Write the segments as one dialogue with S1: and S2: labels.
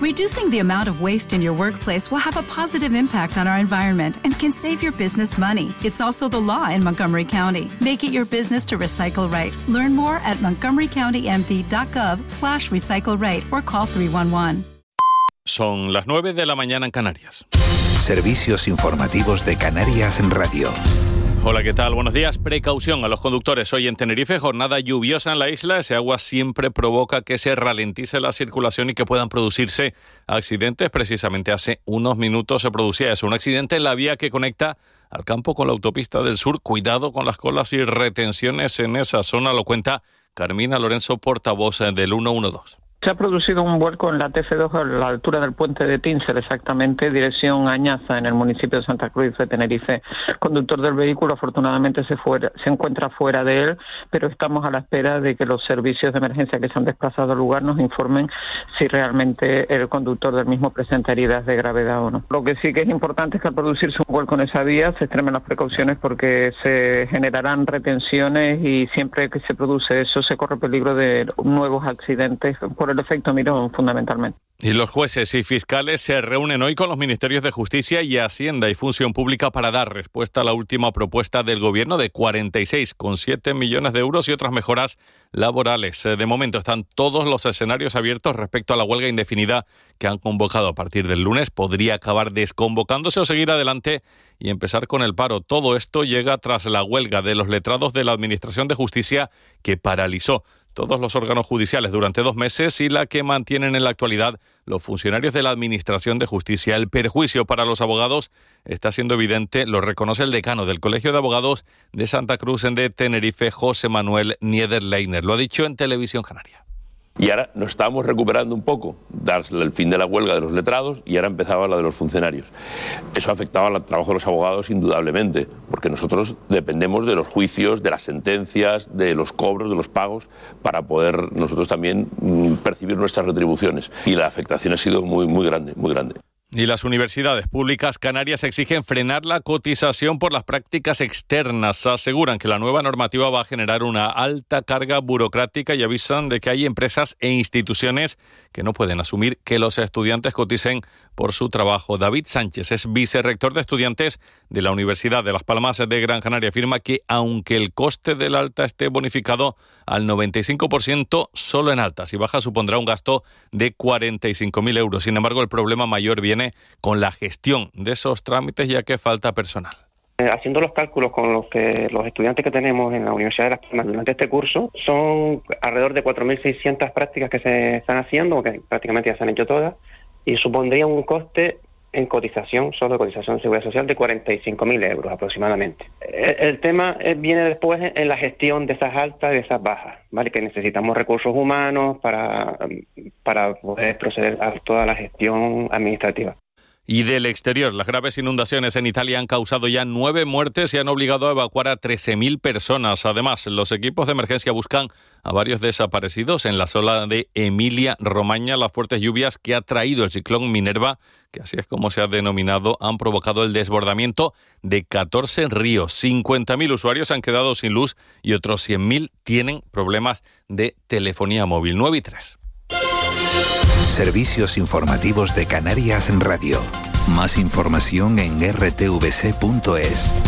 S1: Reducing the amount of waste in your workplace will have a positive impact on our environment and can save your business money. It's also the law in Montgomery County. Make it your business to recycle right. Learn more at montgomerycountymd.gov slash recycle right or call 311.
S2: Son las 9 de la mañana en Canarias.
S3: Servicios informativos de Canarias en Radio.
S2: Hola, ¿qué tal? Buenos días. Precaución a los conductores. Hoy en Tenerife, jornada lluviosa en la isla. Ese agua siempre provoca que se ralentice la circulación y que puedan producirse accidentes. Precisamente hace unos minutos se producía eso, un accidente en la vía que conecta al campo con la autopista del sur. Cuidado con las colas y retenciones en esa zona, lo cuenta Carmina Lorenzo, portavoz del 112.
S4: Se ha producido un vuelco en la TC2 a la altura del puente de Tinsel, exactamente dirección Añaza, en el municipio de Santa Cruz de Tenerife. El conductor del vehículo afortunadamente se, fuera, se encuentra fuera de él, pero estamos a la espera de que los servicios de emergencia que se han desplazado al lugar nos informen si realmente el conductor del mismo presenta heridas de gravedad o no. Lo que sí que es importante es que al producirse un vuelco en esa vía se extremen las precauciones porque se generarán retenciones y siempre que se produce eso se corre peligro de nuevos accidentes. Por el efecto Mirón fundamentalmente.
S2: Y los jueces y fiscales se reúnen hoy con los ministerios de Justicia y Hacienda y Función Pública para dar respuesta a la última propuesta del gobierno de 46,7 millones de euros y otras mejoras laborales. Eh, De momento están todos los escenarios abiertos respecto a la huelga indefinida que han convocado a partir del lunes. Podría acabar desconvocándose o seguir adelante y empezar con el paro. Todo esto llega tras la huelga de los letrados de la Administración de Justicia que paralizó todos los órganos judiciales durante dos meses y la que mantienen en la actualidad los funcionarios de la Administración de Justicia. El perjuicio para los abogados está siendo evidente, lo reconoce el decano del Colegio de Abogados de Santa Cruz en de Tenerife, José Manuel Niederleiner. Lo ha dicho en Televisión Canaria.
S5: Y ahora nos estábamos recuperando un poco, darse el fin de la huelga de los letrados y ahora empezaba la de los funcionarios. Eso afectaba al trabajo de los abogados indudablemente, porque nosotros dependemos de los juicios, de las sentencias, de los cobros, de los pagos, para poder nosotros también mm, percibir nuestras retribuciones. Y la afectación ha sido muy, muy grande, muy grande.
S2: Y las universidades públicas canarias exigen frenar la cotización por las prácticas externas. Aseguran que la nueva normativa va a generar una alta carga burocrática y avisan de que hay empresas e instituciones que no pueden asumir que los estudiantes coticen por su trabajo. David Sánchez es vicerrector de estudiantes de la Universidad de Las Palmas de Gran Canaria. Afirma que aunque el coste del alta esté bonificado al 95%, solo en altas y bajas supondrá un gasto de 45.000 euros. Sin embargo, el problema mayor viene con la gestión de esos trámites ya que falta personal.
S6: Haciendo los cálculos con los que los estudiantes que tenemos en la Universidad de Las Palmas durante este curso, son alrededor de 4.600 prácticas que se están haciendo, que prácticamente ya se han hecho todas, y supondría un coste en cotización, solo de cotización de seguridad social, de 45.000 euros aproximadamente. El, el, tema eh, viene después en la gestión de esas altas y de esas bajas, ¿vale? Que necesitamos recursos humanos para, para poder proceder a toda la gestión administrativa
S2: y del exterior. Las graves inundaciones en Italia han causado ya nueve muertes y han obligado a evacuar a 13.000 personas. Además, los equipos de emergencia buscan a varios desaparecidos en la zona de Emilia-Romaña. Las fuertes lluvias que ha traído el ciclón Minerva, que así es como se ha denominado, han provocado el desbordamiento de 14 ríos. 50.000 usuarios han quedado sin luz y otros 100.000 tienen problemas de telefonía móvil. 9 y 3.
S3: Servicios informativos de Canarias en Radio. Más información en rtvc.es.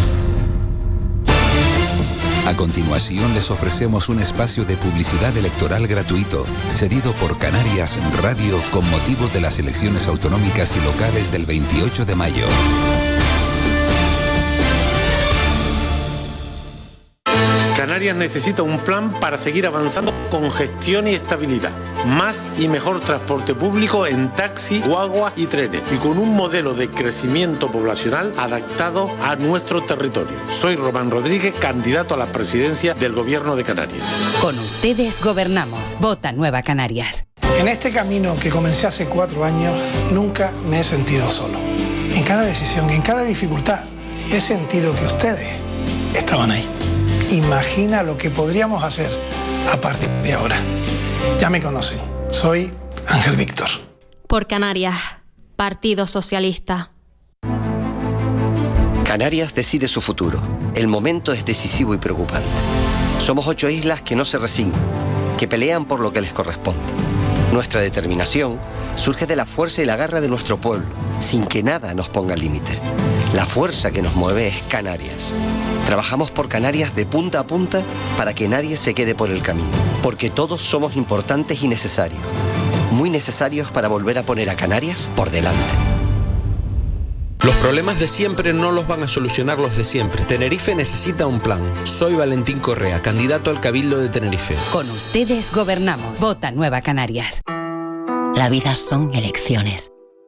S3: A continuación les ofrecemos un espacio de publicidad electoral gratuito, cedido por Canarias Radio con motivo de las elecciones autonómicas y locales del 28 de mayo.
S7: Canarias necesita un plan para seguir avanzando con gestión y estabilidad. Más y mejor transporte público en taxi, guaguas y trenes y con un modelo de crecimiento poblacional adaptado a nuestro territorio. Soy Román Rodríguez, candidato a la presidencia del Gobierno de Canarias.
S8: Con ustedes gobernamos. Vota Nueva Canarias.
S9: En este camino que comencé hace cuatro años, nunca me he sentido solo. En cada decisión, en cada dificultad, he sentido que ustedes estaban ahí imagina lo que podríamos hacer a partir de ahora. Ya me conocen, soy Ángel Víctor.
S10: Por Canarias, Partido Socialista.
S11: Canarias decide su futuro. El momento es decisivo y preocupante. Somos ocho islas que no se resignan, que pelean por lo que les corresponde. Nuestra determinación surge de la fuerza y la garra de nuestro pueblo, sin que nada nos ponga límite. La fuerza que nos mueve es Canarias. Trabajamos por Canarias de punta a punta para que nadie se quede por el camino, porque todos somos importantes y necesarios, muy necesarios para volver a poner a Canarias por delante.
S12: Los problemas de siempre no los van a solucionar los de siempre. Tenerife necesita un plan. Soy Valentín Correa, candidato al Cabildo de Tenerife.
S8: Con ustedes gobernamos. Vota Nueva Canarias.
S13: La vida son elecciones.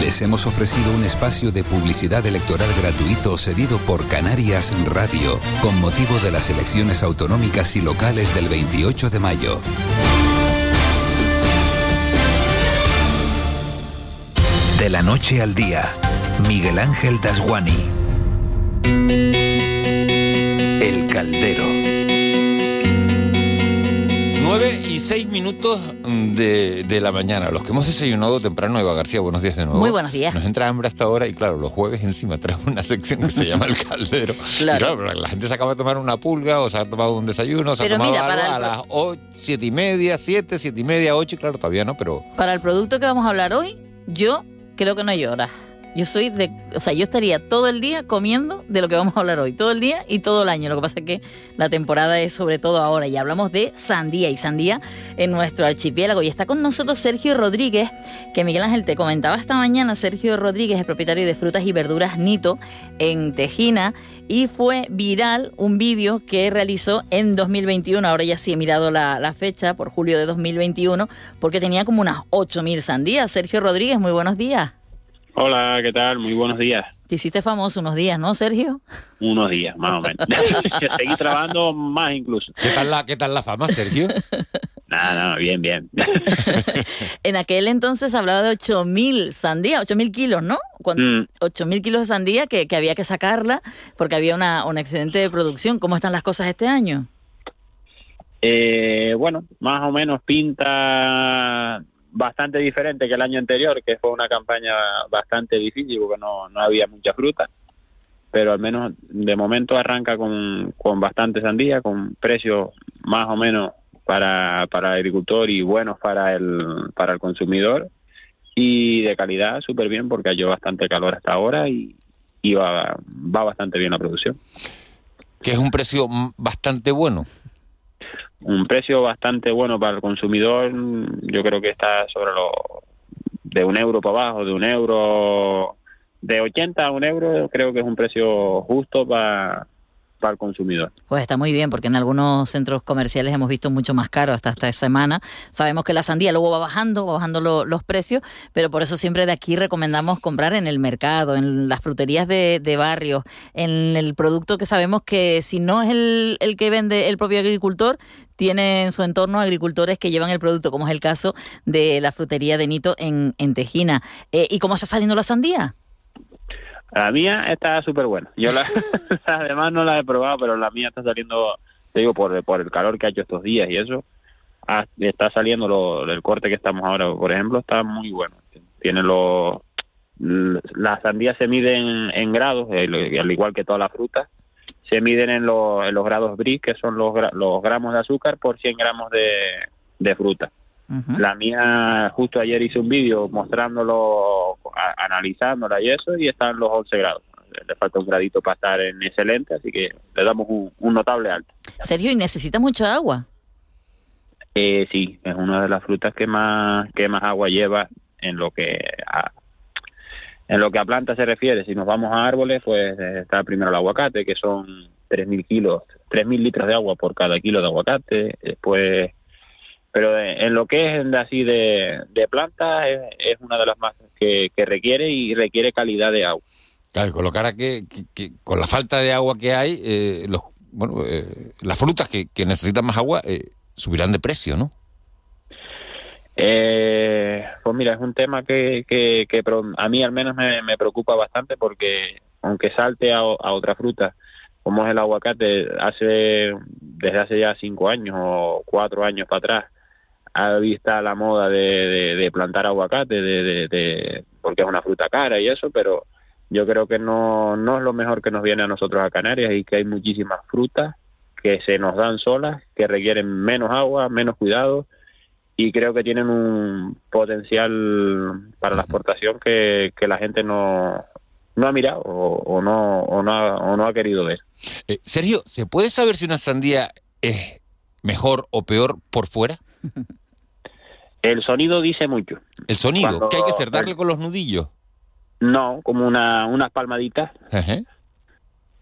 S14: Les hemos ofrecido un espacio de publicidad electoral gratuito cedido por Canarias Radio con motivo de las elecciones autonómicas y locales del 28 de mayo.
S15: De la noche al día, Miguel Ángel Dasguani. El Caldero.
S3: 9 y 6 minutos de, de la mañana. Los que hemos desayunado temprano, Eva García, buenos días de nuevo.
S9: Muy buenos días.
S3: Nos entra hambre hasta ahora y claro, los jueves encima traemos una sección que se llama El Caldero.
S9: Claro.
S3: Y pero la gente se acaba de tomar una pulga o se ha tomado un desayuno, se
S9: Pero
S3: ha tomado
S9: mira,
S3: algo
S9: para
S3: a
S9: el-
S3: las 8, 7 y media, 7, 7 y media, 8, claro, todavía no, pero
S9: Para el producto que vamos a hablar hoy, yo creo que no llora. Yo soy de, o sea, yo estaría todo el día comiendo de lo que vamos a hablar hoy, todo el día y todo el año. Lo que pasa es que la temporada es sobre todo ahora y hablamos de sandía y sandía en nuestro archipiélago y está con nosotros Sergio Rodríguez, que Miguel Ángel te comentaba esta mañana, Sergio Rodríguez es propietario de frutas y verduras Nito en Tejina y fue viral un vídeo que realizó en 2021, ahora ya sí he mirado la, la fecha, por julio de 2021, porque tenía como unas 8.000 sandías. Sergio Rodríguez, muy buenos días.
S4: Hola, ¿qué tal? Muy buenos días.
S9: Te hiciste famoso unos días, ¿no, Sergio?
S4: Unos días, más o menos. Seguí trabajando más incluso.
S3: ¿Qué tal la, qué tal la fama, Sergio?
S4: Nada, no, bien, bien.
S9: En aquel entonces hablaba de 8.000 sandías, 8.000 kilos, ¿no? Cuando-
S4: Mm.
S9: 8.000 kilos de sandía que, que había que sacarla porque había una, un excedente de producción. ¿Cómo están las cosas este año?
S4: Eh, bueno, más o menos pinta bastante diferente que el año anterior, que fue una campaña bastante difícil porque no, no había mucha fruta. Pero al menos de momento arranca con, con bastante sandía, con precios más o menos para, para el agricultor y buenos para el, para el consumidor. Y de calidad súper bien porque ha hecho bastante calor hasta ahora y, y va, va bastante bien la producción.
S3: que es un precio mm, bastante bueno.
S4: un precio bastante bueno para el consumidor. Yo creo que está sobre los de un euro para abajo, de un euro, de 80 a un euro, creo que es un precio justo para, para el consumidor.
S9: Pues está muy bien, porque en algunos centros comerciales hemos visto mucho más caro hasta esta semana. Sabemos que la sandía luego va bajando, va bajando lo- los precios, pero por eso siempre de aquí recomendamos comprar en el mercado, en las fruterías de, de barrios, en el producto que sabemos que si no es el, el que vende el propio agricultor, tiene en su entorno agricultores que llevan el producto, como es el caso de la frutería de Nito en, en Tejina. Eh, ¿Y cómo está saliendo la sandía?
S4: La mía está súper buena. Yo la, las demás no las he probado, pero la mía está saliendo, te digo, por, por el calor que ha hecho estos días y eso, ah, está saliendo lo, el corte que estamos ahora, por ejemplo, está muy bueno. Tiene los... La sandía se mide en, en grados, el- al igual que todas las frutas. Se miden en, los- en los grados BRIC, que son los, gra- los gramos de azúcar por 100 gramos de, de fruta. La mía, justo ayer hice un vídeo mostrándolo, a- analizándola y eso, y están los 11 grados. Le falta un gradito para estar en excelente, así que le damos un, un notable alto.
S9: Sergio, ¿y necesita mucha agua?
S4: Eh, sí, es una de las frutas que más, que más agua lleva en lo que a, en lo que a planta se refiere. Si nos vamos a árboles, pues eh, está primero el aguacate, que son 3.000 kilos, 3.000 litros de agua por cada kilo de aguacate. Después, pero eh, en lo que es en- así de, de planta, es, es una de las más que, que requiere y requiere calidad de agua.
S3: Claro, y colocar a que, que- que con la falta de agua que hay, eh, los, bueno, eh, las frutas que, que necesitan más agua eh, subirán de precio, ¿no?
S4: Eh, pues mira, es un tema que, que, que pro- a mí al menos me, me preocupa bastante porque aunque salte a, o- a otra fruta, como es el aguacate, hace desde hace ya cinco años o cuatro años para atrás, ha vista la moda de, de- de plantar aguacate, de, de- de- porque es una fruta cara y eso, pero yo creo que no, no es lo mejor que nos viene a nosotros a Canarias y que hay muchísimas frutas que se nos dan solas, que requieren menos agua, menos cuidado y creo que tienen un potencial para la exportación que, que la gente no, no ha mirado o, o no, o, no ha, o no ha querido ver.
S3: Eh, Sergio, ¿se puede saber si una sandía es mejor o peor por fuera?
S4: El sonido dice mucho.
S3: El sonido,
S4: Cuando-
S3: que hay que cerrarle con los nudillos.
S4: No, como una, unas palmaditas.
S3: Ajá.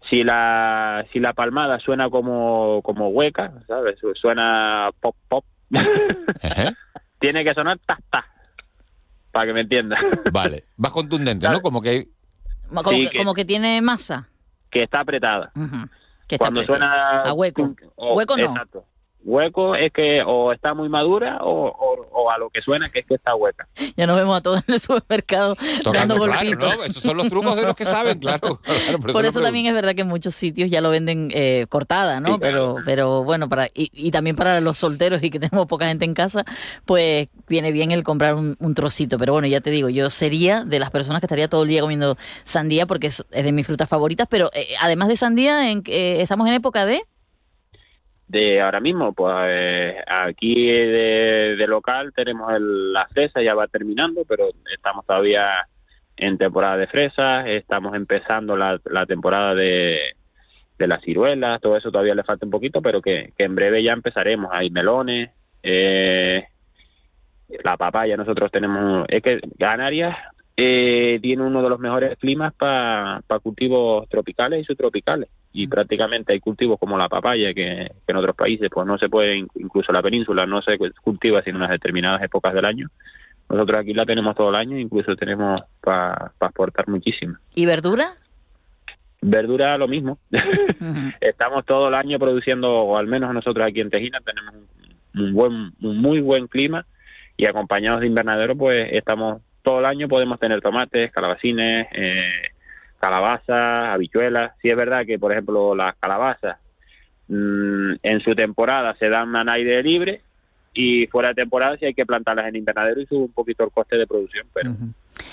S4: Si la, si la palmada suena como, como hueca, ¿sabes? Su- Suena pop, pop. Tiene que sonar ta, ta, para que me entienda.
S3: Vale, más contundente, ¿no? Como que hay...
S9: Como,
S4: Sí,
S9: que,
S4: que-
S9: como que tiene masa.
S4: que está apretada.
S9: Que está
S4: Cuando
S9: apretada.
S4: suena
S9: A hueco.
S4: o-
S9: Hueco no.
S4: exacto. Hueco es que o está muy madura o, o- o a lo que suena que es que está hueca.
S9: Ya nos vemos a todos en el supermercado dando
S3: Tocando, claro,
S9: golpitos.
S3: ¿no? Esos son los trucos de los que saben, claro. claro,
S9: Por,
S3: lo
S9: eso
S3: pregunto.
S9: también es verdad que en muchos sitios ya lo venden eh, cortada, ¿no? pero, pero bueno, para y, y también para los solteros y que tenemos poca gente en casa, pues viene bien el comprar un, un trocito. Pero bueno, ya te digo, yo sería de las personas que estaría todo el día comiendo sandía porque es, es de mis frutas favoritas. Pero eh, además de sandía, en, eh, estamos en época de
S4: De ahora mismo, pues eh, aquí de, de local tenemos el- la fresa, ya va terminando, pero estamos todavía en temporada de fresas, estamos empezando la, la temporada de, de las ciruelas, todo eso todavía le falta un poquito, pero que, que en breve ya empezaremos. Hay melones, eh, la papaya, nosotros tenemos... Es que Canarias eh, tiene uno de los mejores climas para cultivos tropicales y subtropicales. Y prácticamente hay cultivos como la papaya que, que en otros países pues no se puede, in- incluso la península no se cultiva sino en unas determinadas épocas del año. Nosotros aquí la tenemos todo el año, incluso tenemos para exportar muchísimo.
S9: ¿y verdura?
S4: Verdura lo mismo. Estamos todo el año produciendo, o al menos nosotros aquí en Tejina tenemos un, un buen, un muy buen clima y acompañados de invernadero, pues estamos todo el año podemos tener tomates, calabacines, eh, calabazas, habichuelas. Sí es verdad que, por ejemplo, las calabazas mm, en su temporada se dan al aire libre y fuera de temporada si hay que plantarlas en invernadero y sube un poquito el coste de producción,
S9: Mm.
S4: pero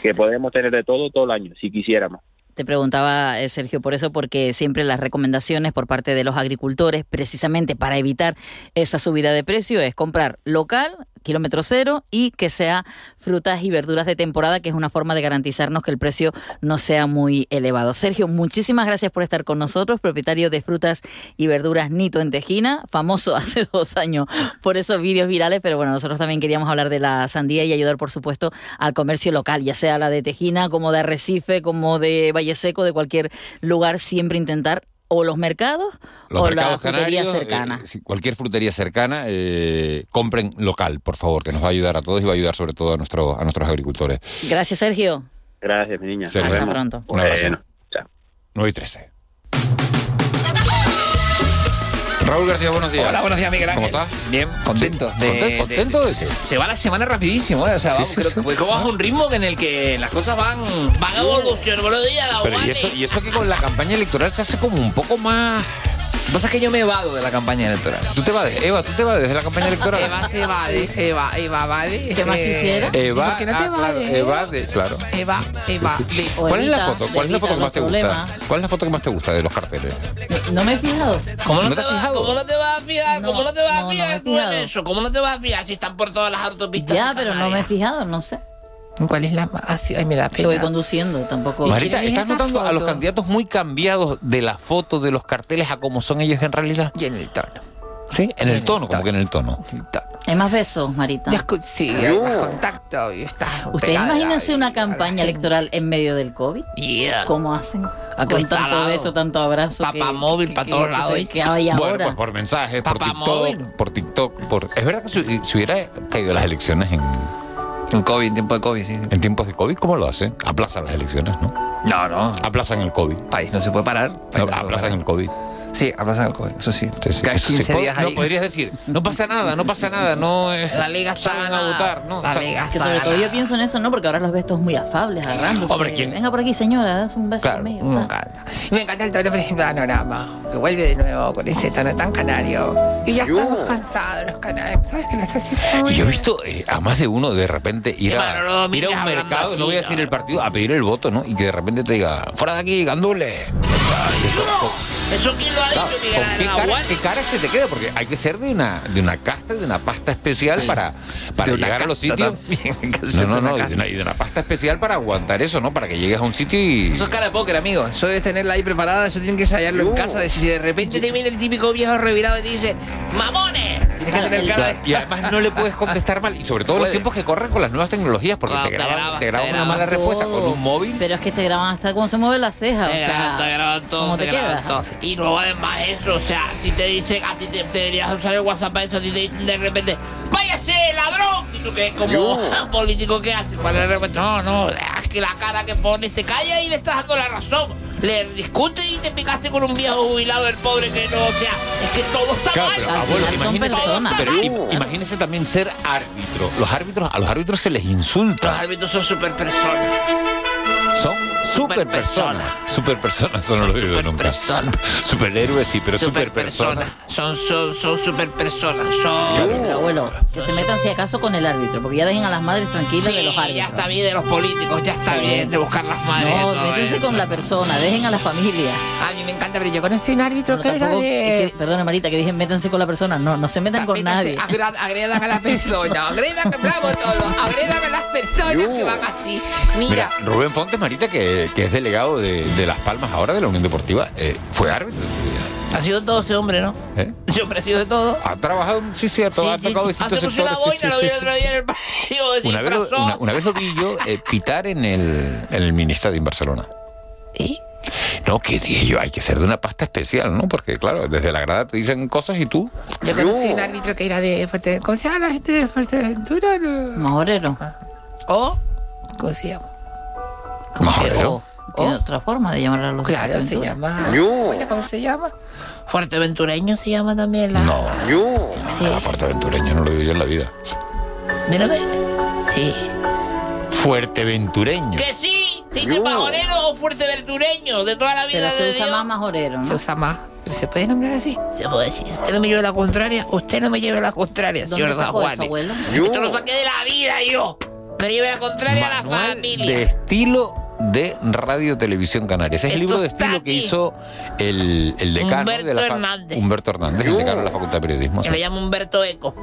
S4: que podemos tener de todo todo el año si quisiéramos.
S9: Te preguntaba, eh, Sergio, por eso, porque siempre las recomendaciones por parte de los agricultores, precisamente para evitar esa subida de precio, es comprar local, kilómetro cero, y que sea frutas y verduras de temporada, que es una forma de garantizarnos que el precio no sea muy elevado. Sergio, muchísimas gracias por estar con nosotros, propietario de frutas y verduras Nito en Tejina, famoso hace dos años por esos vídeos virales, pero bueno, nosotros también queríamos hablar de la sandía y ayudar, por supuesto, al comercio local, ya sea la de Tejina, como de Arrecife, como de Valle Seco, de cualquier lugar, siempre intentar o los mercados
S3: Los
S9: o
S3: mercados
S9: la frutería
S3: canarios, eh,
S9: cercana.
S3: sí, cualquier frutería cercana, eh, compren local, por favor, que nos va a ayudar a todos y va a ayudar sobre todo a, nuestro, a nuestros agricultores.
S9: Gracias, Sergio.
S4: Gracias, mi niña.
S3: Sergio,
S9: Hasta pronto.
S3: Un abrazo.
S4: Bueno,
S3: 9 y 13. Raúl García, buenos días.
S16: Hola, buenos días, Miguel Ángel.
S3: ¿Cómo estás?
S16: Bien, contento. de-
S3: ¿Conten-
S16: de-
S3: contento
S16: de- se va la semana rapidísimo, ¿eh? O sea,
S3: Sí,
S16: vamos,
S3: sí,
S16: creo
S3: sí.
S16: que pues, como vas a un ritmo que en el que las cosas van, van evolucionando. Buenos días, la
S3: Uh. Pero y
S16: Guane.
S3: eso, y eso que con la campaña electoral se hace como un poco más.
S16: Lo que pasa es que yo me evado de la campaña electoral.
S3: Tú te vas, Eva, tú te vas desde la campaña electoral.
S16: Eva se evade, Eva, Eva evade.
S17: ¿Qué más quisiera?
S3: Eva,
S16: Este, ¿Por qué no te
S3: ah, claro,
S16: evades?
S3: Eva de- claro.
S16: Eva, Eva.
S3: ¿Cuál es la foto? ¿Cuál es la foto que más te gusta?
S9: problemas.
S3: ¿Cuál es la foto que más te gusta de los carteles?
S9: No me he fijado.
S16: ¿Cómo no, te
S3: ¿No te has
S16: vas-
S3: fijado?
S16: ¿Cómo no te vas a fijar? ¿Cómo no te vas a
S9: me he
S16: fijar tú en
S9: fijado.
S16: eso? ¿Cómo no te vas a fijar si están por todas las autopistas?
S9: Ya, pero no me he fijado, no sé.
S16: ¿Cuál es la más? Ay, me da pena.
S9: Estoy conduciendo, tampoco.
S3: Marita, ¿estás notando a los candidatos muy cambiados de la foto, de los carteles, a cómo son ellos en realidad?
S16: Y en el tono.
S3: ¿Sí? En el tono, como que en el tono.
S9: Hay más besos, Marita.
S16: Sí, hay más contacto y estás
S9: Ustedes
S16: pegada
S9: imagínense
S16: y-
S9: una campaña electoral en medio del COVID.
S16: Yeah.
S9: ¿Cómo hacen? Con
S16: está al
S9: tanto
S16: lado.
S9: beso, tanto abrazo.
S16: Papá móvil pa' todos lados,
S9: ¿Qué que hay
S3: bueno,
S9: ahora?
S3: pues por mensajes, por
S16: Papá
S3: TikTok,
S16: móvil.
S3: por TikTok, por... Es verdad que si, si hubiera caído las elecciones en,
S16: En COVID, en tiempo de COVID, sí.
S3: en tiempos de COVID, ¿cómo lo hacen? Aplazan las elecciones, ¿no?
S16: No, no.
S3: Aplazan el COVID. ah,
S16: País no se puede parar.
S3: aplazan el COVID. Sí, aplazan el COE, eso sí.
S18: Cada 15 días
S3: no,
S18: ahí.
S3: podrías decir, no pasa nada, no pasa nada, no es...
S9: La liga está
S3: salgan a
S9: ganada.
S16: Ah,
S3: votar, no.
S9: La
S3: sal-
S9: liga
S2: Que sobre todo yo pienso en eso, ¿no? Porque ahora los ves todos muy afables, agarrándose.
S9: Hombre, ¿quién?
S2: Venga por aquí, señora, das un beso
S9: Claro,
S2: conmigo.
S9: me
S2: tal.
S9: encanta. Y me encanta el tono de panorama, que vuelve de nuevo con ese tono tan canario. Y ya estamos cansados los canarios. ¿Sabes que las hace
S3: Y yo he visto eh, a más de uno de repente ir a,
S9: Manolo Domínguez
S3: ir a un
S9: hablando
S3: mercado,
S9: así,
S3: no voy a decir el partido, a pedir el voto, ¿no? Y que de repente te diga, fuera de aquí, gandule.
S9: ¿Eso quién lo ha dicho,
S3: Claro, ¿con
S9: Miguel
S3: qué,
S9: Ángel
S3: cara,
S9: Aguad?
S3: qué cara se te queda? Porque hay que ser de una, de una casta, de una pasta especial para, para llegar a los sitios. No, no, no, y de una, y de una pasta especial para aguantar eso, ¿no? Para que llegues a un sitio y...
S9: Eso es cara de póker, amigo. Eso debes tenerla ahí preparada, eso tienen que ensayarlo en casa. de si de repente te viene el típico viejo revirado y te dice, ¡mamones! Tienes que tener cara de...
S3: Y además no le puedes contestar mal. Y sobre todo los tiempos que corren con las nuevas tecnologías, porque
S9: Claro,
S3: te
S9: te
S3: graban,
S9: graban,
S3: te graban
S9: te
S3: una mala
S2: graban
S3: respuesta con
S2: todo.
S3: un móvil.
S2: Pero es que este te graban hasta cómo se mueve la ceja. o
S9: Te graban,
S2: sea,
S9: te graban todo,
S2: ¿cómo
S9: te,
S2: te
S9: graban
S2: quedas?
S9: todo. Y luego además eso, o sea, a ti te dicen, a ti te, te deberías usar el WhatsApp para eso, a ti te dicen de repente, ¡váyase, ladrón! Y tú que como político que haces, para de repente, no, no, es que la cara que pones te calla y le estás dando la razón. Le discutes y te picaste con un viejo jubilado, el pobre que no, o sea, es que todo está
S3: Claro,
S9: mal.
S3: pero,
S2: Al
S3: abuelo,
S2: final son
S3: imagínese,
S2: personas.
S3: pero
S9: Claro.
S3: im- imagínese también ser árbitro. Los árbitros, a los árbitros se les
S9: Los
S3: insulta.
S9: árbitros son super personas.
S3: Son super personas.
S9: superpersonas.
S3: Super personas, eso no lo he oído nunca.
S9: Superpersonas.
S3: Super- Superhéroes sí, pero super personas.
S9: Son, son, son super personas. Son.
S2: Sí, pero abuelo, que se metan si acaso con el árbitro, porque ya dejen a las madres tranquilas
S9: Sí,
S2: de los
S9: ya
S2: árbitros.
S9: está bien de los políticos, ya está
S2: Sí.
S9: bien de buscar las madres.
S2: No,
S9: todo
S2: métanse
S9: eso.
S2: con la persona, dejen a la familia.
S9: A mí me encanta, pero yo conocí un árbitro
S2: Bueno,
S9: que era
S2: tampoco-
S9: de...
S2: es que- perdona, Marita, que dije métanse con la persona. No, no se metan con
S9: Métanse,
S2: nadie.
S9: agra- Agredan a las personas, agredan, bravo todos, agredan a las personas que van así. Mira,
S3: Mira, Rubén Fontes Marita, que, que es delegado de, de Las Palmas ahora de la Unión Deportiva, eh, fue árbitro. en su
S9: ha sido todo ese hombre, ¿no?
S3: vida, ¿eh?
S9: Siempre ha sido de todo.
S3: Ha trabajado, sí, cierto,
S9: Sí,
S3: ha
S9: sí,
S3: tocado
S9: sí.
S3: distintos
S9: Hace mucho una
S3: sectores, sí, sí,
S9: boina, lo
S3: sí,
S9: vi el
S3: sí.
S9: otro día en el partido. se
S3: Una vez, lo,
S9: disfrazó.
S3: una- una vez lo vi yo eh, pitar en el, en el mini estadio en Barcelona.
S9: ¿Y?
S3: No, que dije yo, hay que ser de una pasta especial, ¿no? Porque, claro, desde la grada te dicen cosas y tú.
S9: Yo conocí un árbitro que era de Fuerte... ¿Cómo se llama la gente de Fuerteventura? No. Ah.
S2: Majorero.
S9: O... ¿Cómo se llama?
S3: Majorero.
S2: O- Tiene otra forma de llamar a los
S9: Claro, se
S2: deportistas.
S9: llama... Bueno, ¿Cómo se llama? Fuerteventureño se llama también la...
S3: No,
S9: Yo. Sí.
S3: a Fuerteventureño no lo digo yo en la vida.
S9: Mírame. Sí.
S3: Fuerteventureño.
S9: Que sí, dice majorero o fuerteventureño de toda la
S2: Pero
S9: vida
S2: se
S9: de
S2: usa
S9: Dios.
S2: más majorero,
S9: Se
S2: ¿no?
S9: usa más. ¿Pero se puede nombrar así? Se puede decir. Usted no me lleve la contraria, usted no me lleve la contraria, señor
S2: ¿Dónde
S9: San
S2: sacó
S9: Juan.
S2: eso, abuelo?
S9: Esto lo saqué de la vida yo. Me lleve la contraria a la
S3: Manual de
S9: familia.
S3: estilo de Radio Televisión Canarias. Es el
S9: Esto
S3: libro de
S9: está
S3: estilo que
S9: aquí.
S3: hizo el, el decano de la
S9: Humberto
S3: fa-
S9: Hernández.
S3: Humberto Hernández, el decano de la Facultad de Periodismo.
S9: Que
S3: sí.
S9: lo llama Humberto Eco.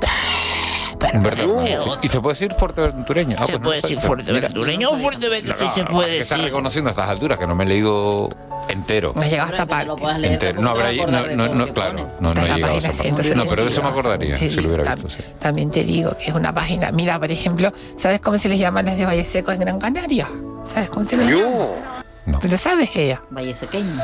S3: Humberto Hernández,
S9: Yo.
S3: sí. ¿Y se puede decir fuerteventureño? Ah, pues
S9: se
S3: no
S9: puede
S3: lo sé,
S9: decir
S3: pero
S9: fuerteventureño o fuerteventureño.
S3: mira,
S9: Sí, se
S3: no,
S9: puede
S3: es que está
S9: decir.
S3: reconociendo a estas alturas que no me he leído entero.
S9: Me ha llegado
S2: Hombre,
S9: hasta
S2: que te lo
S9: parte.
S2: puedas leer,
S3: Entero. No,
S2: tampoco
S3: habrá
S2: te
S3: no,
S2: vas a acordar de
S3: no,
S2: todo
S3: no,
S2: lo que
S3: claro,
S2: pone.
S3: no, no
S9: Está
S3: he
S9: en la
S3: llegado a esa
S9: página
S3: parte.
S9: 172.
S3: No, pero de eso me acordaría,
S9: Te
S3: si lo
S9: digo,
S3: hubiera
S9: tam-
S3: visto. sí.
S9: También te digo que es una página. Mira, por ejemplo, ¿sabes cómo se les llama a las de Valle Seco en Gran Canaria? ¿Sabes cómo se les llama?
S3: No.
S9: ¿Tú lo sabes ella?
S2: Vallesequeño.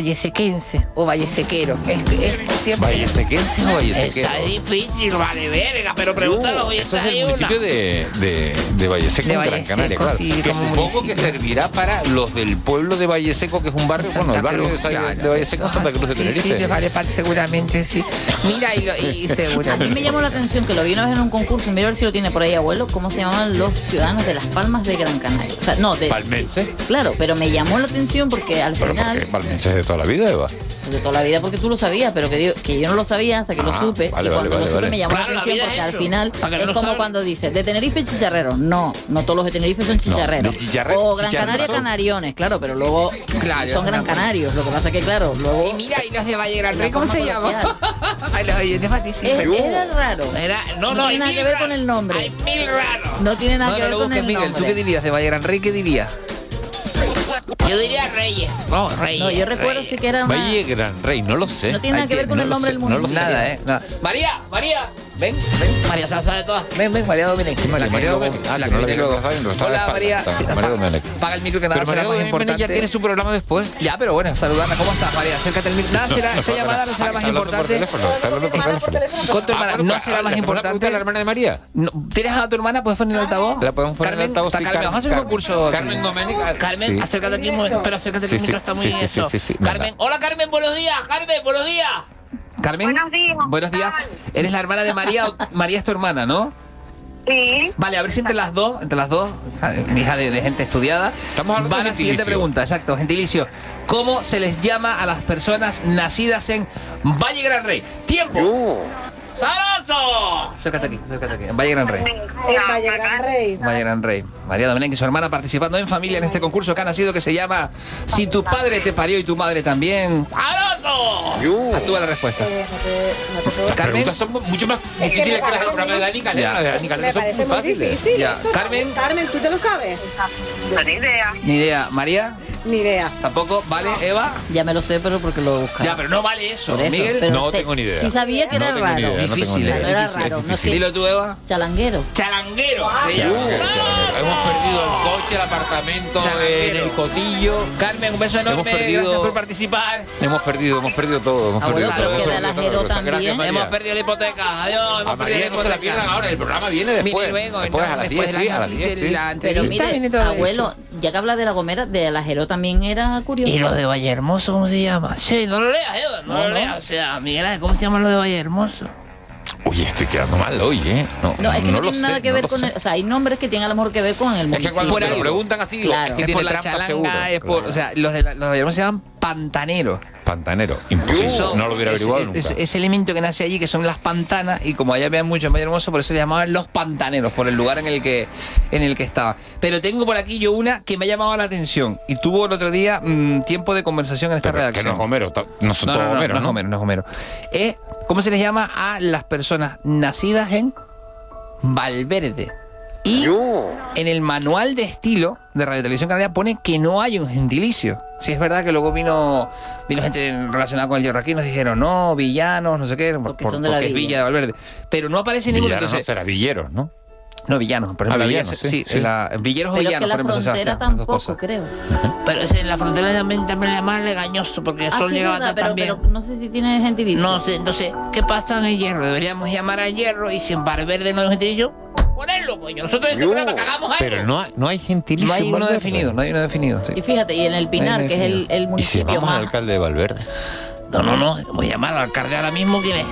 S9: Vallesequense o Vallesequero. Es que es siempre.
S3: ¿Vallesequense o vallesequero?
S9: Está difícil, vale, verga, pero pregúntalo. hoy
S3: Eso
S9: está
S3: es el
S9: ahí una.
S3: municipio de, de, de Valleseco,
S9: De
S3: en Gran
S9: Valleseco,
S3: Canaria, claro.
S9: sí,
S3: que
S9: como
S3: supongo que
S9: municipio.
S3: servirá para los del pueblo de Valleseco, que es un barrio,
S9: Santa
S3: bueno, el barrio
S9: Cruz,
S3: de, Valle
S9: claro,
S3: de Valleseco,
S9: eso,
S3: Santa Cruz de
S9: sí,
S3: Tenerife.
S9: Sí, te vale para seguramente, sí. Mira, y, lo,
S2: A
S9: y
S2: mí me
S9: seguramente.
S2: llamó la atención que lo vi una vez en un concurso, mira a ver si lo tiene por ahí, abuelo, cómo se llamaban los ciudadanos de Las Palmas de Gran Canaria. O sea, no, de...
S3: Palmense.
S2: Claro, pero me llamó la atención porque al
S3: Pero porque
S2: final,
S3: Palmense eh, es de toda la vida, Eva.
S2: de toda la vida, porque tú lo sabías, pero que, digo- que yo no lo sabía hasta que lo
S3: Ah,
S2: supe,
S3: vale,
S2: y cuando
S3: vale, vale,
S2: lo supe
S3: vale.
S2: me llamó
S9: Claro,
S2: la
S9: la
S2: atención
S9: vida
S2: porque
S9: es
S2: al
S9: eso.
S2: final
S9: Para que
S2: es
S9: no lo
S2: como
S9: saben.
S2: cuando dices, de Tenerife chicharreros. No, no todos los de Tenerife son chicharreros.
S3: de chicharreros,
S2: o Gran
S3: chicharreros.
S2: Canaria canariones, claro, pero luego
S9: Claro,
S2: son Gran
S9: no,
S2: Canarios. Lo que pasa que, claro, luego...
S9: Y mira, y los de Valle Gran
S2: Es la
S9: Rey, ¿cómo
S2: forma
S9: se llama? Ay, los oyentes
S2: Es-
S9: participen.
S2: era raro.
S9: Era, no, no,
S2: No
S9: hay
S2: tiene nada
S9: mil
S2: que ver
S9: raros.
S2: con el nombre.
S9: Hay mil raros.
S2: No tiene nada que ver con el nombre.
S9: dirías de Valle Gran Rey? ¿Qué dirías? Yo diría Reyes. No, Reyes.
S2: No, yo recuerdo sí que era una...
S3: Valle Gran Rey, no lo sé.
S2: No tiene nada
S3: Hay
S2: que ver con
S3: no
S2: el
S3: lo
S2: nombre
S3: sé,
S2: del
S3: no lo
S2: municipio.
S3: sé.
S9: Nada, ¿eh? Nada. María, María,
S3: Ven, ven. María se la sabe todas. Ven, ven, María Domenech.
S2: María, María Domenech.
S3: Ah, la
S2: No la
S3: que
S2: quiero
S3: luego.
S2: dejar en los
S3: Hola,
S2: tablas,
S3: María.
S2: está,
S3: Sí,
S2: María
S3: apaga-
S2: Domenech.
S3: Apaga el micro que nada
S2: Pero
S3: será
S2: María
S3: más
S2: Domenech ya
S3: importante.
S2: tiene su
S3: programa después. Ya, pero bueno, saludarla. ¿Cómo estás, María? Acércate al micro. Nada será, esa llamada no Ah, será más importante. Con
S2: Ah,
S3: tu hermana, no será más importante.
S2: la hermana de María?
S3: No, ¿Tienes a tu hermana? ¿Puedes poner el altavoz?
S2: La podemos poner en
S3: Carmen,
S2: altavoz,
S3: está
S2: sí,
S3: Carmen,
S2: Carmen,
S3: vamos a hacer un
S2: Carmen.
S3: concurso.
S2: Carmen Domenech, ah,
S3: Carmen,
S2: sí.
S3: acércate aquí, un momento, pero acércate aquí,
S2: Sí,
S3: el
S2: sí,
S3: micro está muy
S2: sí, sí,
S3: eso.
S2: sí, sí, sí,
S3: Carmen, hola Carmen, buenos días, Carmen, buenos días. Carmen, buenos días. Eres la hermana de María, o- María es tu hermana, ¿no? Sí. Vale, a ver si entre las dos, entre las dos, hija de, de gente estudiada, Estamos
S2: hablando
S3: va
S2: de
S3: la siguiente
S2: gentilicio.
S3: pregunta, exacto, gentilicio. ¿Cómo se les llama a las personas nacidas en Valle Gran Rey? ¡Tiempo! ¡Saroso! Acércate aquí, acércate aquí, en Valle Gran Rey.
S19: En Valle Gran Rey.
S3: María Gran Rey. María Domenech y su hermana participando en familia en este concurso que ha nacido que se llama Si tu padre te parió y tu madre también. ¡Aroso! Actúa la respuesta.
S19: Eh,
S3: Carmen.
S2: preguntas son mucho más
S19: me
S2: difíciles que las
S19: parece
S2: del programa de Dani Calero.
S3: Ya.
S2: Las de Dani Calero
S19: Me
S2: son
S19: parece
S2: muy
S19: muy
S2: fáciles.
S19: difícil.
S3: Ya.
S19: esto.
S3: Carmen.
S19: Carmen, ¿tú te lo sabes? No, ni idea.
S3: Ni idea. María,
S19: Ni idea.
S3: tampoco. ¿Vale, Eva?
S9: Ya me lo sé, pero porque lo buscaba.
S3: Ya, pero no vale eso.
S9: Por eso,
S3: Miguel,
S9: pero sé- Sí sabía que era raro.
S3: Difícil,
S9: O sea, no era raro. No es que-
S3: Dilo tú, Eva.
S9: Chalanguero.
S3: Chalanguero.
S2: Hemos perdido el coche, el apartamento, en el cotillo.
S3: Carmen, un beso enorme.
S2: Hemos perdido-
S3: Gracias por participar.
S2: Hemos perdido, hemos perdido todo. Hemos
S3: Abuelo,
S2: perdido
S3: pero
S2: todo,
S3: queda
S2: hemos
S3: la
S2: perdido todo.
S3: Jero
S2: Gracias,
S3: también.
S2: María.
S3: Hemos perdido la hipoteca. Adiós.
S2: A
S3: Hemos perdido la
S2: María no se la pierdan
S3: hipoteca.
S2: ahora, el programa viene
S3: Mire,
S2: después.
S3: luego,
S2: después a las
S3: después
S2: 10,
S3: del
S2: sí,
S3: año
S2: a las
S3: aquí
S2: 10,
S3: de
S2: sí.
S3: la
S9: Pero mire, abuelo, ya que hablas de La Gomera, de la Jero también era curioso.
S3: ¿Y lo de Valle Hermoso cómo se llama? Sí, no lo leas, Eva, no,
S9: No,
S3: lo
S9: no.
S3: leas. O sea, Miguel, Ángel, ¿cómo se llama lo de Valle Hermoso?
S2: Oye, estoy este quedando mal hoy, ¿eh? No,
S9: No, es que
S2: lo
S9: no, tiene nada
S2: sé,
S9: que
S2: no
S9: ver
S2: lo
S9: con
S2: sé.
S9: el, O sea, hay nombres que tienen a lo mejor que ver con el
S2: Es que
S9: municipio.
S2: cuando te lo
S3: algo.
S2: preguntan así, digo,
S9: Claro.
S2: es que
S3: por
S2: tiene
S3: la
S2: trampa
S3: chalanga,
S2: seguro.
S3: es por-
S2: Claro.
S3: o sea, los de, la- los de Valle Hermoso se llaman pantaneros.
S2: Pantanero, imposible.
S3: Son-
S2: no lo hubiera
S3: es-
S2: averiguado
S3: es-
S2: nunca.
S3: es- Ese elemento que nace allí, que son las pantanas, y como allá vean mucho en Valle Hermoso, por eso se llamaban los pantaneros, por el lugar en el que en el que estaba. Pero tengo por aquí yo una que me ha llamado la atención y tuvo el otro día mm, tiempo de conversación en esta
S2: Pero es que
S3: redacción.
S2: no es Homero, ta- no son
S3: No,
S2: todos
S3: no, no,
S2: Homero,
S3: no
S2: ¿no?
S3: es Homero, no es Homero. Es, ¿Cómo se les llama a las personas nacidas en Valverde? Y en el manual de estilo de Radio Televisión Canaria pone que no hay un gentilicio. Si es verdad que luego vino vino gente relacionada con el yorraquí, nos dijeron no, villanos, no sé qué, por-
S9: Porque
S3: por-
S9: son de la
S3: porque es
S9: villa.
S3: Villa de Valverde. Pero no aparece ninguno.
S2: Villanos no
S3: entonces-
S2: será Villeros, ¿no?
S3: no, villanos, por
S2: Ah,
S3: ejemplo.
S2: villanos,
S3: Villa-
S2: sí,
S3: sí,
S2: sí.
S3: la- villeros o
S9: Pero es que
S3: villanos,
S9: la
S3: por ejemplo, en San
S9: frontera
S3: Sebastián, las dos
S9: tampoco,
S3: cosas.
S9: creo.
S3: Pero
S9: en la frontera
S3: también,
S9: también
S3: le
S9: llamaban
S3: legañoso, porque
S9: Ah, sí, es verdad, pero, pero no sé si tiene gentilicio.
S3: No sé, entonces, ¿qué pasa en el hierro? Deberíamos llamar al hierro y si en Valverde no hay un gentilicio, ponerlo, coño. Nosotros en este programa cagamos algo.
S2: Pero no hay, no hay gentilicio.
S3: No hay
S2: en
S3: uno
S2: Valverde.
S3: definido, no hay uno definido, sí.
S9: Y fíjate, y en el Pinar,
S3: Ahí
S9: que es el, el
S2: Y si
S9: municipio
S2: llamamos
S9: más...
S2: al alcalde de Valverde.
S3: No, no, no, voy a llamar al alcalde ahora mismo, ¿quién es?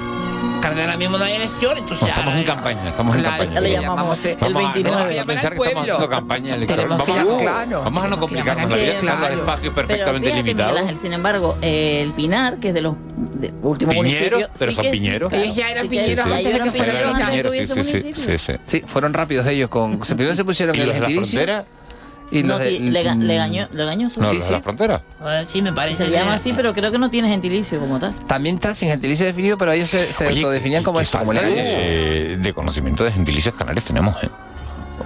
S3: Alcalde ahora mismo no hay elección,
S2: No,
S3: entonces
S2: estamos en campaña, estamos en
S3: Claro,
S2: campaña.
S3: le llamamos el
S2: Vamos a-
S3: 29.
S2: Vamos a pensar que estamos haciendo campaña electoral.
S3: Tenemos que
S2: Vamos,
S3: llamar-
S2: a-
S3: claro,
S2: vamos a no
S3: tenemos que
S2: complicarnos la
S3: llamar
S2: vida,
S3: al
S2: que hablar de
S3: claro.
S2: espacios
S9: Pero
S2: perfectamente
S9: fíjate, Miguel
S2: limitados.
S9: Ángel, sin embargo, eh, el Pinar, que es de los de últimos
S2: Piñeros,
S9: municipios...
S2: pero
S9: sí
S2: son
S9: que sí,
S2: piñeros.
S9: claro.
S3: Ellos ya eran
S9: Sí que
S3: piñeros
S9: sí,
S3: antes de
S9: ellos
S3: que
S9: eran
S3: fuera
S9: piñeros
S3: Pinar.
S9: antes de que hubiese
S2: Sí, sí, sí,
S9: municipio.
S2: sí, sí.
S3: Sí, fueron rápidos ellos, con, se- primero se pusieron
S2: ¿Y
S3: el
S2: los de la
S3: gentilicio.
S2: frontera?
S3: Y
S9: No,
S3: los
S9: sí, le, ga- le gañó, le gañó su-
S2: No,
S3: Sí,
S2: los
S3: sí.
S2: de la frontera.
S3: Ah, Sí, me parece.
S9: Se
S3: que-
S9: llama así, pero creo que no tiene gentilicio como tal.
S3: También está sin gentilicio definido, pero ellos se, se
S2: Oye,
S3: autodefinían como
S2: qué
S3: esto, como
S2: falta
S3: legales.
S2: de, eh, de conocimiento de gentilicios canarios tenemos, ¿eh?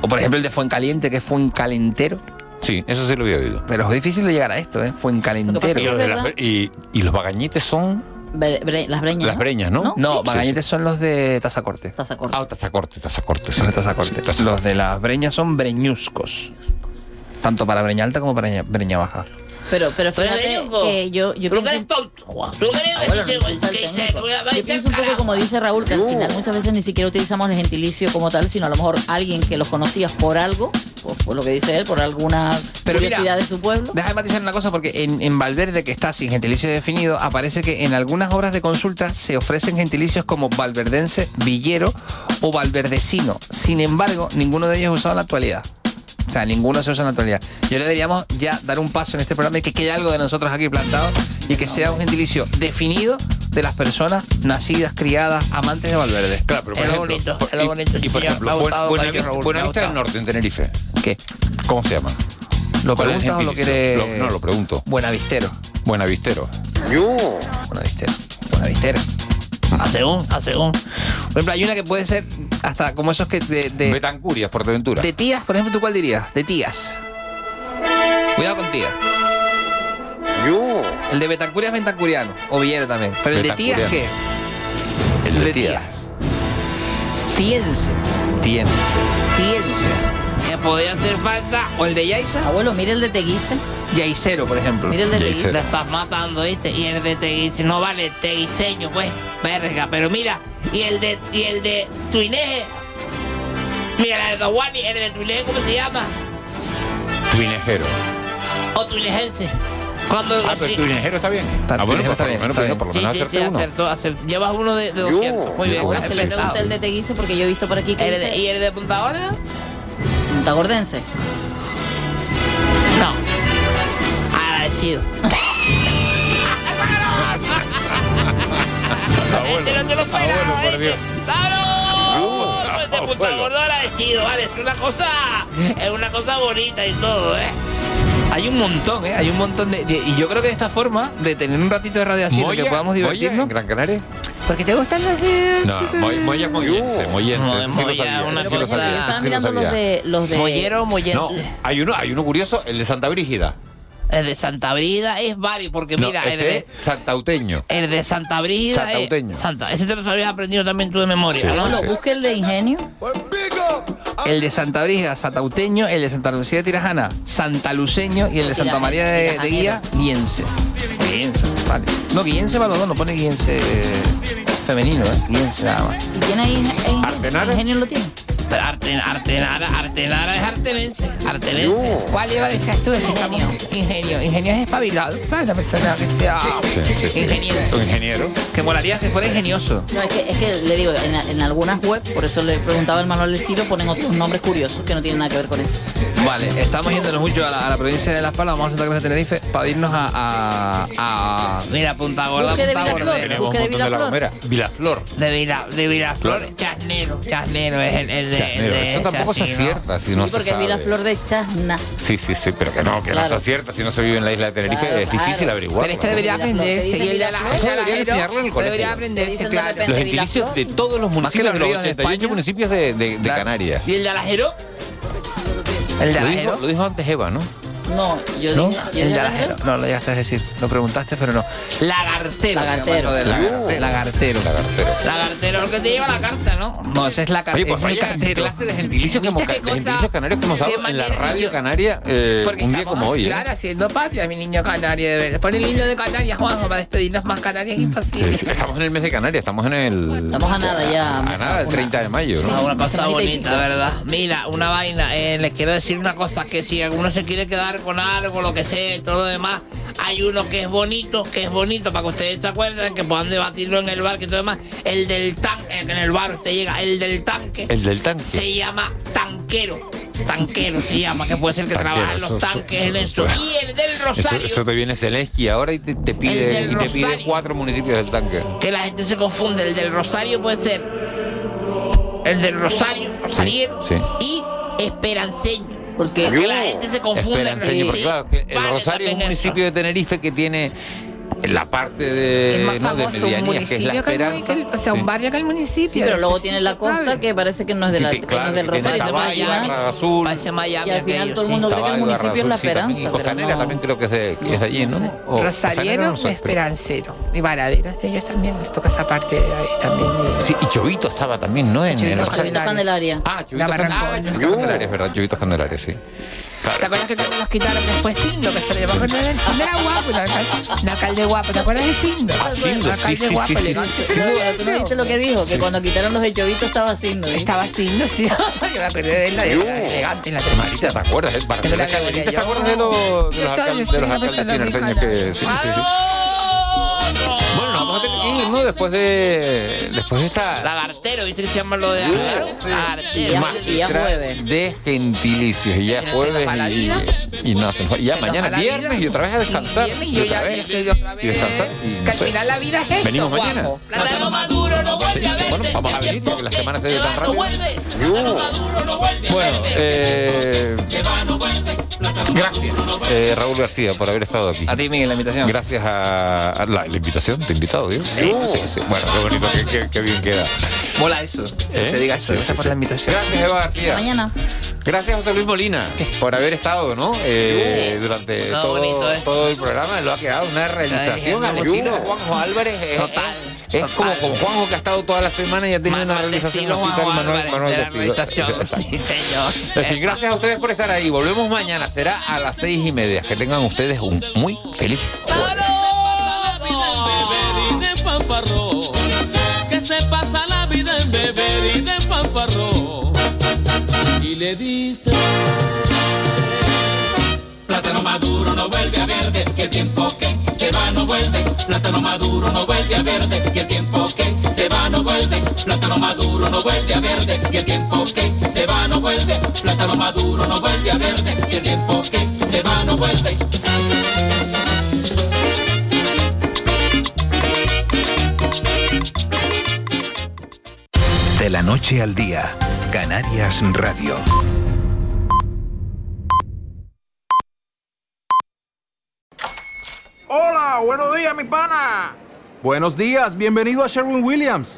S3: O por ejemplo el de Fuencaliente, que es Fuencalentero.
S2: Sí, eso sí lo había oído.
S3: Pero es difícil de llegar a esto, ¿eh?
S9: Lo que
S2: Y
S3: Fuencalentero.
S2: los, de
S9: ¿verdad?
S2: las- y- y los bagañites son
S9: Bre- bre- las breñas,
S2: las
S9: ¿no?
S2: breñas, ¿no?
S9: ¿No?
S3: No,
S2: Sí,
S3: Magañetes son los de Tazacorte.
S9: Estás acordado.
S2: Ah, o tazacorte, tazacorte. sí.
S3: Son de Tazacorte.
S2: Sí, tazacorte.
S3: Los de las breñas son breñuscos. Tanto para breña alta como para breña, breña baja.
S9: Pero, pero
S3: Pero
S9: fíjate
S3: de loco.
S9: que yo, yo
S3: Pero
S9: pienso...
S3: eres tonto.
S9: Yo pienso un poco como dice Raúl, que al final Uh, muchas veces ni siquiera utilizamos el gentilicio como tal, sino a lo mejor alguien que los conocía por algo, por, por lo que dice él, por alguna
S3: Pero mira,
S9: curiosidad de su pueblo.
S3: Déjame matizar una cosa, porque en, en Valverde, que está sin gentilicio definido, aparece que en algunas obras de consulta se ofrecen gentilicios como valverdense, villero o valverdecino. Sin embargo, ninguno de ellos es usado en la actualidad. O sea, ninguno se usa en la actualidad. Yo le deberíamos ya dar un paso en este programa y que quede algo de nosotros aquí plantado y que sea un gentilicio definido de las personas nacidas, criadas, amantes de Valverde.
S2: Claro, pero por
S3: Es lo
S2: ejemplo,
S3: bonito,
S2: por-
S3: es lo
S2: y-
S3: bonito.
S2: Y, por
S3: Sí, me
S2: ejemplo,
S3: ha
S2: Buen-
S3: gustado,
S2: Buena,
S3: Paco,
S2: Vista-
S3: Raúl,
S2: Buena
S3: me ha
S2: Vista del
S3: gustado.
S2: Norte, en Tenerife.
S3: ¿Qué?
S2: ¿Cómo se llama?
S3: ¿Lo
S2: ¿Cuál es el
S3: preguntas o lo
S2: gentilicio?
S3: quieres...?
S2: Lo- no, lo pregunto.
S3: Buenavistero.
S2: Buenavistero.
S3: Buenavistero. Buenavistero.
S2: Mm.
S3: A según, a según. Por ejemplo, hay una que puede ser hasta como esos que de, de,
S2: Betancurias, Portaventura.
S3: de tías, por ejemplo, ¿tú cuál dirías? De tías. Cuidado con tías. El de Betancurias es Betancuriano, o Villero también. Pero el de tías, ¿qué?
S2: El de
S3: De
S2: tías.
S3: tías.
S9: Tiense.
S20: Tiense.
S9: Tiense. Que podía hacer falta. O el de Yaisa.
S5: Abuelo, mira el de Teguise.
S9: Yaisero, por ejemplo. Mira
S5: el de
S9: Teguise.
S5: Yaicero.
S9: Te estás matando, ¿viste? Y el de Teguise. No vale el Teguiseño, pues. Verga. Pero mira. Y el de. Y el de Tuineje. Mira, el de Guani. El de Tuineje, ¿cómo se llama?
S2: Tuinejero.
S9: O Tuinejense. Cuando
S2: Ah, pero
S9: sí.
S2: tuinejero está bien.
S20: Ah,
S2: bueno, pues,
S20: está
S2: por lo
S20: bien,
S2: menos,
S20: está
S2: bueno, por lo
S9: Sí,
S2: menos
S9: sí, sí,
S2: hacerte uno.
S9: acertó, acertó. Llevas uno de, de 200. Muy bien,
S2: Yo,
S9: está
S2: sí,
S9: empezado.
S5: el de Teguise porque yo he visto por aquí que
S9: ¿El
S5: dice
S9: de- ¿Y el de Punta Gorda?
S5: Puntagordense.
S9: No. Agradecido. Este no te lo esperaba, ¿eh? ¡Vamos! De Punta Gorda agradecido, vale. Es una cosa. Es una cosa bonita y todo, ¿eh?
S7: Hay un montón, ¿eh? Hay un montón de, de- Y yo creo que de esta forma, de tener un ratito de radio así, en el que
S2: Moya,
S7: podamos
S2: Moya,
S7: divertirnos.
S2: en Gran Canaria?
S7: Porque te gustan los de.
S2: No, Moy- Moya es
S3: Uh.
S2: moyense, moyense, ese sí lo sabía, ese sí lo sabía,
S5: Estaba
S2: ese sí lo
S5: mirando los
S2: sabía.
S9: Eh,
S5: de. Los de
S9: Mollero, mollero.
S2: No, hay uno, hay uno curioso, el de Santa Brígida.
S7: eh,
S9: El de Santa Brida es válido, porque
S2: No,
S9: mira, el
S2: ese
S9: de,
S2: es santauteño.
S9: el de Santa Brida.
S2: Santauteño.
S9: Es, Santa, ese te lo habías aprendido también tú de memoria,
S7: Sí,
S9: ¿no?
S7: sí, sí.
S5: Busque el de ingenio.
S7: El de Santa Brígida, Satauteño, el de Santa Lucía de Tirajana, Santaluceño y el de Santa
S5: Tiraja-
S7: María de, de Guía,
S5: Tirajajero.
S7: Guiense. Guiense, vale. No, Guiense para los dos, no pone Guiense eh, femenino, ¿eh? Guiense nada más.
S5: ¿Y tiene ahí ingenio? ¿Ingenio lo tiene?
S9: Pero Arten- Artenara, Artenara es artenense. Artenense.
S7: ¿Cuál iba a decir tú? Ingenio. Ingenio. Ingenio es espabilado. ¿Sabes? La persona que sea ingeniero.
S2: ingeniero.
S7: Que molaría que fuera ingenioso.
S5: No, es que, es que le digo, en, en algunas webs, por eso le preguntaba al manual del estilo, ponen otros nombres curiosos que no tienen nada que ver con eso.
S7: Vale, estamos yéndonos mucho a la, a la provincia de Las Palmas. Vamos a Santa Cruz de Tenerife para irnos a. a, a-
S9: Mira, Punta Gorda,
S7: Busque de
S9: Punta
S7: Vilaflor,
S9: Gorda.
S7: Tenemos busque de un montón de La Vilaflor. Gomera.
S2: Vilaflor.
S9: De, Vila, de Vilaflor. Chasnero. Chasnero es el, el de.
S2: Charnero,
S9: el de
S2: eso
S9: ese,
S2: tampoco se
S9: así, ¿no?
S2: acierta si no
S5: sí,
S2: se
S5: porque vi la
S2: sabe.
S5: flor de Chasna.
S2: Sí, sí, sí, pero que no, que no
S5: Claro.
S2: se acierta si no se vive en la isla de Tenerife,
S5: Claro,
S2: es difícil
S5: claro.
S2: averiguar.
S7: Pero este debería
S5: Vilaflor,
S7: aprenderse.
S5: te dicen
S7: Y el de
S5: Vilaflor.
S7: la-
S2: Eso
S7: el de la
S2: debería
S7: Jero
S2: enseñarlo en el colegio.
S7: Debería
S5: Te
S7: aprenderse,
S5: dicen de
S7: claro.
S5: repente
S2: Los gentilicio de todos los municipios,
S7: los
S2: de los
S7: ríos de
S2: 88
S7: España.
S2: municipios de, de- de Canarias.
S9: el de Alajero?
S7: El de
S2: Lo
S7: la
S2: dijo,
S7: Jero.
S2: lo dijo antes Eva, ¿no?
S5: No, yo
S7: ¿No?
S5: dije. yo
S7: El
S5: dije
S7: de
S5: la
S7: Alajero. No, lo llegaste a decir. Lo preguntaste, pero no.
S9: Lagartero.
S5: Lagartero.
S7: De
S2: Uh.
S7: lagarte- lagartero.
S9: Lagartero, el que te lleva la carta, ¿no?
S7: No, ese es la
S2: Oye, pues
S7: es el
S2: vaya
S7: cartero.
S2: clase de gentilicios, que hemos,
S7: ¿Viste qué
S2: de
S7: cosa?
S2: gentilicios canarios que hemos dado
S7: Qué
S2: en la
S7: manera-
S2: radio
S7: yo-
S2: canaria eh,
S7: Porque
S2: un día
S7: estamos,
S2: como hoy. ¿eh?
S7: Claro, haciendo patria, mi niño canario de verdad. Pon el hilo de Canarias, Juanjo, para despedirnos más Canarias es imposible.
S2: Sí, sí, Estamos en el mes de Canarias, estamos en el...
S5: Estamos a nada ya.
S2: A nada, el 30 de mayo,
S9: Ah,
S2: ¿no?
S9: una cosa
S5: Semanita y
S9: bonita,
S5: pico.
S9: ¿verdad? Mira, una vaina, eh, les quiero decir una cosa, que si alguno se quiere quedar con algo, lo que sea, y todo lo demás, hay uno que es bonito, que es bonito, para que ustedes se acuerden, que puedan debatirlo en el bar, que todo demás, el del tanque, en el bar usted llega, el del tanque,
S2: El del tanque.
S9: se llama tanquero, tanquero se llama, que puede ser que
S2: Tanquero,
S9: trabaja en
S2: eso-
S9: los
S2: eso-
S9: tanques,
S2: eso-
S9: en eso,
S2: eso-
S9: y el del
S2: Eso,
S9: rosario,
S2: eso te viene Zelensky ahora y te, te pide
S9: El del
S2: y te pide
S9: Rosario.
S2: cuatro municipios del tanque.
S9: que la gente se confunde, el del rosario puede ser el del rosario, rosariero,
S2: sí.
S9: y esperanceño.
S5: Porque
S9: Que la gente se confunde.
S2: Esperanceño, porque claro, que el Rosario es un municipio de Tenerife que tiene la parte de,
S7: Es más
S2: ¿no? de
S7: famoso un
S2: medianía, que es
S7: municipio
S2: la
S7: que, el, muni-
S2: esperanza.
S7: que el- o sea, un
S2: Sí.
S7: barrio que el municipio.
S5: Sí, pero luego
S7: es
S5: tiene la costa
S7: inexplicable.
S5: que parece que no es, de la,
S2: Sí,
S5: que
S2: claro,
S5: no es del
S2: que tiene
S5: Rosario. se llama
S2: Tabay,
S5: Llano.
S2: Barra Azul,
S9: Parece Miami.
S5: Y al final
S9: aquello,
S5: todo el mundo
S9: sí.
S5: cree que el
S2: Tabay, Barra
S5: municipio es
S2: Azul,
S5: la
S2: sí, también,
S5: esperanza.
S2: Y
S5: pero
S2: Costanera
S5: no.
S2: también creo que es de, que es de allí, ¿no? O- Costanera
S7: Rosariero,
S2: Oh, no sé, pero-
S7: esperancero. Y varaderos de ellos también. Les toca esa parte de ahí también. de-
S2: Sí, y Chovito estaba también, ¿no? En, en
S7: Chovito
S2: Rosario.
S5: Chavito Candelaria.
S2: Ah, Chovito
S7: La
S2: Candelaria. Ah,
S7: Barrancona.
S2: Chovito Candelaria, es verdad, Chovito Candelaria, sí.
S7: ¿Te acuerdas que cuando nos quitaron después Cindo? Que se lo llevaron no era- no era guapo, un alcalde- un alcalde guapo. ¿Te acuerdas de Cindo?
S2: Ah, Cindo,
S7: Un
S2: sí,
S7: alcalde
S2: sí, sí,
S7: guapo,
S2: sí, sí.
S7: elegante.
S5: Sí, pero tú no viste lo que dijo, que cuando quitaron los hechovitos estaba haciendo. ¿eh?
S7: Estaba Cindo, sí. Yo me acuerdo de él, la elegante en la
S2: Marita, ¿te acuerdas? eh? Para hacer la cadenita, ¿Te acuerdas de los, de los alcaldes de los alcaldes tinerfeños que... sí, sí, sí. Bueno, vamos a tener que ir, ¿no? Después de... Después de esta...
S9: Lagartero, dice que se llama lo de
S2: Sí.
S9: Lagartero.
S5: ya-
S2: Más
S5: y ya
S2: tra-
S5: jueves.
S2: De gentilicios. Y ya
S7: Y
S2: es
S7: nos
S2: jueves
S7: enoja la vida.
S2: y, y no hacen falta. Ya
S7: Se nos
S2: mañana
S7: va la
S2: viernes
S7: vida.
S2: y otra vez a
S7: Sí,
S2: descansar.
S7: viernes y yo
S2: otra
S7: ya
S2: vez.
S7: estoy otra vez.
S2: Y descansar. y no
S7: Que al
S2: sé.
S7: final la vida es esto,
S2: Venimos
S7: guapo.
S2: mañana.
S7: Plátano maduro.
S2: Bueno, vamos a venir porque la semana se ve tan rápido. Uh. Bueno, eh, gracias eh, Raúl García por haber estado aquí.
S7: A ti, Miguel, la invitación.
S2: Gracias a, a la, la invitación, te he invitado, Dios. Sí, sí, sí. Bueno, qué bonito, qué, qué- qué bien queda.
S7: Mola eso.
S2: ¿Eh?
S7: Que te diga
S2: Sí,
S7: eso. Gracias
S2: sí,
S7: por
S2: sí.
S7: la invitación.
S2: Gracias, Eva García.
S5: Mañana.
S2: Gracias, José Luis Molina, por haber estado, ¿no? Eh, durante
S9: No,
S2: todo,
S9: bonito, ¿eh?
S2: todo el programa. Lo ha quedado una realización
S7: Ay,
S2: alucinante. Juanjo Álvarez. eh,
S9: Total.
S2: eh,
S9: Es como con Juanjo que ha estado toda la semana y ha tenido una realización
S21: Testino,
S9: musical
S21: Juan
S9: Manuel,
S21: Álvarez,
S9: Manuel
S21: de la
S9: Testino.
S21: organización. Sí, señor.
S9: En fin, gracias a ustedes por estar ahí. Volvemos mañana. Será a las seis y media. Que tengan ustedes un muy feliz
S22: beber y de fanfarrón. Que se pasa la vida en beber y de fanfarrón. Y le dice. Plátano maduro no vuelve a verde, que el tiempo que se va no vuelve. Plátano maduro no vuelve a verde, que el tiempo que se va no vuelve. Plátano maduro no vuelve a verde, que el tiempo que se va no vuelve. Plátano maduro no vuelve a verde, que el tiempo que se va no vuelve.
S23: De la noche al día, Canarias Radio.
S24: Hola, buenos días, mi pana.
S25: Buenos días, bienvenido a Sherwin Williams.